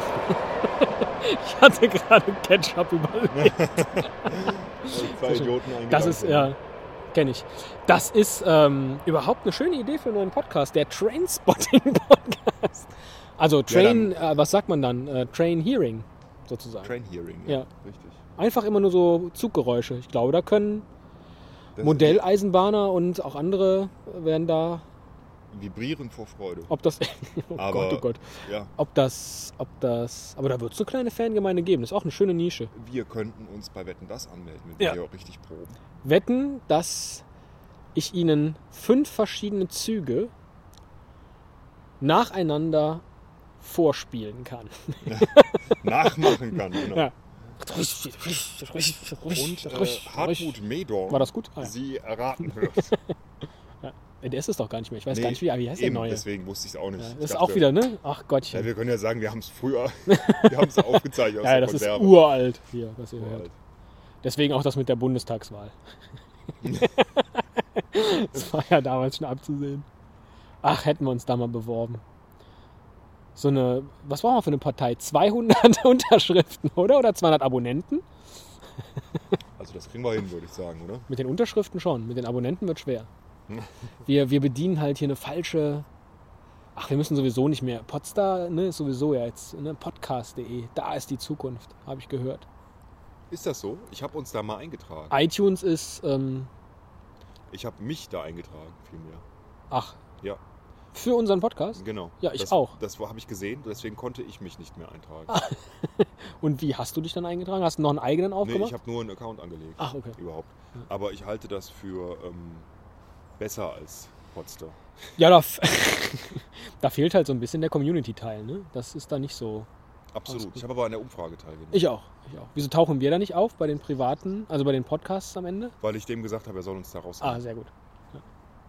[SPEAKER 2] Ich hatte gerade Ketchup überlegt.
[SPEAKER 1] Zwei Idioten ein
[SPEAKER 2] Das ist, ja, kenne ich. Das ist ähm, überhaupt eine schöne Idee für einen neuen Podcast, der (laughs) Trainspotting-Podcast. Also Train, äh, was sagt man dann? Äh, Train Hearing sozusagen.
[SPEAKER 1] Train Hearing.
[SPEAKER 2] Ja.
[SPEAKER 1] Richtig.
[SPEAKER 2] Einfach immer nur so Zuggeräusche. Ich glaube, da können
[SPEAKER 1] Das
[SPEAKER 2] Modelleisenbahner und auch andere werden da,
[SPEAKER 1] Vibrieren vor Freude.
[SPEAKER 2] ob das, (laughs) oh
[SPEAKER 1] Aber-
[SPEAKER 2] Gott, oh Gott,
[SPEAKER 1] Ja.
[SPEAKER 2] ob das, ob das, aber da wird es eine kleine Fangemeinde geben. Das ist auch eine schöne Nische.
[SPEAKER 1] Wir könnten uns bei Wetten das anmelden, wenn
[SPEAKER 2] Ja.
[SPEAKER 1] wir hier richtig proben.
[SPEAKER 2] wetten, dass ich Ihnen fünf verschiedene Züge nacheinander vorspielen kann.
[SPEAKER 1] Nachmachen
[SPEAKER 2] (laughs)
[SPEAKER 1] kann, genau.
[SPEAKER 2] Ja.
[SPEAKER 1] Und äh, Hartmut Medor
[SPEAKER 2] War das gut? Ah, ja.
[SPEAKER 1] sie
[SPEAKER 2] (laughs)
[SPEAKER 1] erraten wird.
[SPEAKER 2] Der ist es doch gar nicht mehr. Ich weiß
[SPEAKER 1] Nee,
[SPEAKER 2] gar nicht, wie, wie heißt der
[SPEAKER 1] eben,
[SPEAKER 2] neue? Ja,
[SPEAKER 1] Deswegen wusste ich es auch nicht.
[SPEAKER 2] das
[SPEAKER 1] Ich
[SPEAKER 2] ist
[SPEAKER 1] dachte,
[SPEAKER 2] auch wieder, ne? Ach
[SPEAKER 1] Ja,
[SPEAKER 2] Gottchen.
[SPEAKER 1] wir können
[SPEAKER 2] (laughs)
[SPEAKER 1] ja sagen, wir haben es früher, wir haben es aufgezeichnet aus
[SPEAKER 2] Ja,
[SPEAKER 1] der
[SPEAKER 2] das ist
[SPEAKER 1] Konserve.
[SPEAKER 2] uralt hier, was ihr hört.
[SPEAKER 1] Uralt.
[SPEAKER 2] Deswegen auch das mit der Bundestagswahl. das war ja damals schon abzusehen. Ach, hätten wir uns da mal beworben. So eine, was brauchen wir für eine Partei? 200 (laughs) Unterschriften, oder? Oder 200 Abonnenten?
[SPEAKER 1] Also das kriegen wir hin, würde ich sagen, oder?
[SPEAKER 2] Mit den Unterschriften schon, mit den Abonnenten wird schwer. Wir, wir bedienen halt hier eine falsche. Ach, wir müssen sowieso nicht mehr. Podstar, ne, ist sowieso ja jetzt, ne, podcast.de, da ist die Zukunft, habe ich gehört.
[SPEAKER 1] Ist das so? Ich habe uns da mal
[SPEAKER 2] Ah.
[SPEAKER 1] eingetragen.
[SPEAKER 2] iTunes ist, ähm,
[SPEAKER 1] Ich habe mich da eingetragen, vielmehr.
[SPEAKER 2] ach,
[SPEAKER 1] Ja,
[SPEAKER 2] für unseren Podcast?
[SPEAKER 1] genau.
[SPEAKER 2] Ja, ich
[SPEAKER 1] das,
[SPEAKER 2] auch.
[SPEAKER 1] Das habe ich gesehen, deswegen konnte ich mich nicht mehr eintragen.
[SPEAKER 2] Und wie hast du dich dann eingetragen? Hast du noch einen eigenen
[SPEAKER 1] nee,
[SPEAKER 2] aufgemacht?
[SPEAKER 1] ich habe nur einen Account angelegt.
[SPEAKER 2] Ach, okay.
[SPEAKER 1] Überhaupt. Aber ich halte das für ähm, besser als Potsdam.
[SPEAKER 2] Ja, da, f- (laughs) da fehlt halt so ein bisschen der Community-Teil, ne? Das ist da nicht so. Alles
[SPEAKER 1] Absolut.
[SPEAKER 2] gut.
[SPEAKER 1] Ich habe aber an der Umfrage teilgenommen.
[SPEAKER 2] Ich auch, ich auch. Wieso tauchen wir da nicht auf bei den privaten, also bei den Podcasts am Ende?
[SPEAKER 1] Weil ich dem gesagt habe, er soll uns da rausnehmen.
[SPEAKER 2] Ah, sehr gut. Ja.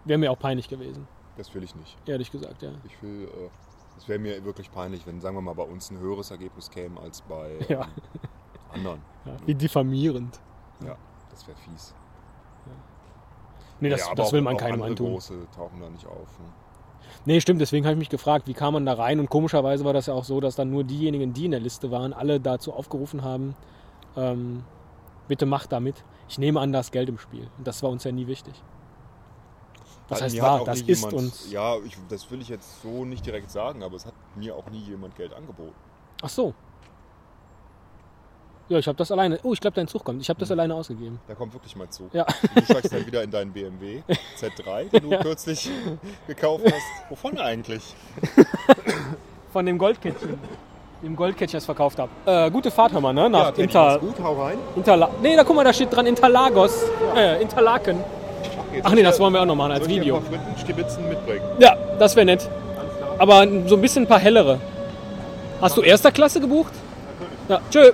[SPEAKER 2] Wäre mir auch peinlich gewesen,
[SPEAKER 1] Das will ich nicht.
[SPEAKER 2] ehrlich gesagt, ja.
[SPEAKER 1] Ich will, äh, es wäre mir wirklich peinlich, wenn, sagen wir mal, bei uns ein höheres Ergebnis käme als bei ähm,
[SPEAKER 2] Ja.
[SPEAKER 1] anderen.
[SPEAKER 2] ja. Wie diffamierend.
[SPEAKER 1] Ja, das wäre fies.
[SPEAKER 2] Nee, das,
[SPEAKER 1] ja, aber
[SPEAKER 2] das will man
[SPEAKER 1] auch
[SPEAKER 2] keinem
[SPEAKER 1] andere
[SPEAKER 2] antun.
[SPEAKER 1] große tauchen da nicht auf. Ne?
[SPEAKER 2] Nee, stimmt, deswegen habe ich mich gefragt, wie kam man da rein? Und komischerweise war das ja auch so, dass dann nur diejenigen, die in der Liste waren, alle dazu aufgerufen haben, ähm, bitte macht da mit. Ich nehme an, da ist Geld im Spiel. Und das war uns ja nie wichtig. Was
[SPEAKER 1] Hat-
[SPEAKER 2] heißt
[SPEAKER 1] mir hat
[SPEAKER 2] war?
[SPEAKER 1] auch
[SPEAKER 2] Das
[SPEAKER 1] nie
[SPEAKER 2] ist
[SPEAKER 1] jemand,
[SPEAKER 2] uns.
[SPEAKER 1] Ja, ich, das will ich jetzt so nicht direkt sagen, aber es hat mir auch nie jemand Geld angeboten.
[SPEAKER 2] Ach so. Ja, ich habe das alleine. Oh, ich glaube, dein Zug kommt. Ich habe
[SPEAKER 1] Mhm.
[SPEAKER 2] das alleine ausgegeben.
[SPEAKER 1] Da kommt wirklich mal zu.
[SPEAKER 2] Ja.
[SPEAKER 1] Du steigst dann wieder in deinen BMW Z3, den du kürzlich gekauft hast. Wovon eigentlich?
[SPEAKER 2] Von dem Goldkettchen. Dem Goldkettchen, das ich verkauft habe. Äh, gute Fahrt, hör mal, ne? Nach
[SPEAKER 1] Teddy,
[SPEAKER 2] Inter.
[SPEAKER 1] mach's gut, hau rein.
[SPEAKER 2] Interla nee, da guck mal, da steht dran Interlagos. Äh, Interlaken.
[SPEAKER 1] jetzt
[SPEAKER 2] Ach nee, das wollen wir auch noch machen als
[SPEAKER 1] soll ich dir
[SPEAKER 2] Video.
[SPEAKER 1] ein paar Fritten, Stibitzen mitbringen.
[SPEAKER 2] Ja, das wäre nett. Aber so ein bisschen ein paar hellere. Hast du erster Klasse gebucht? Ja, tschö.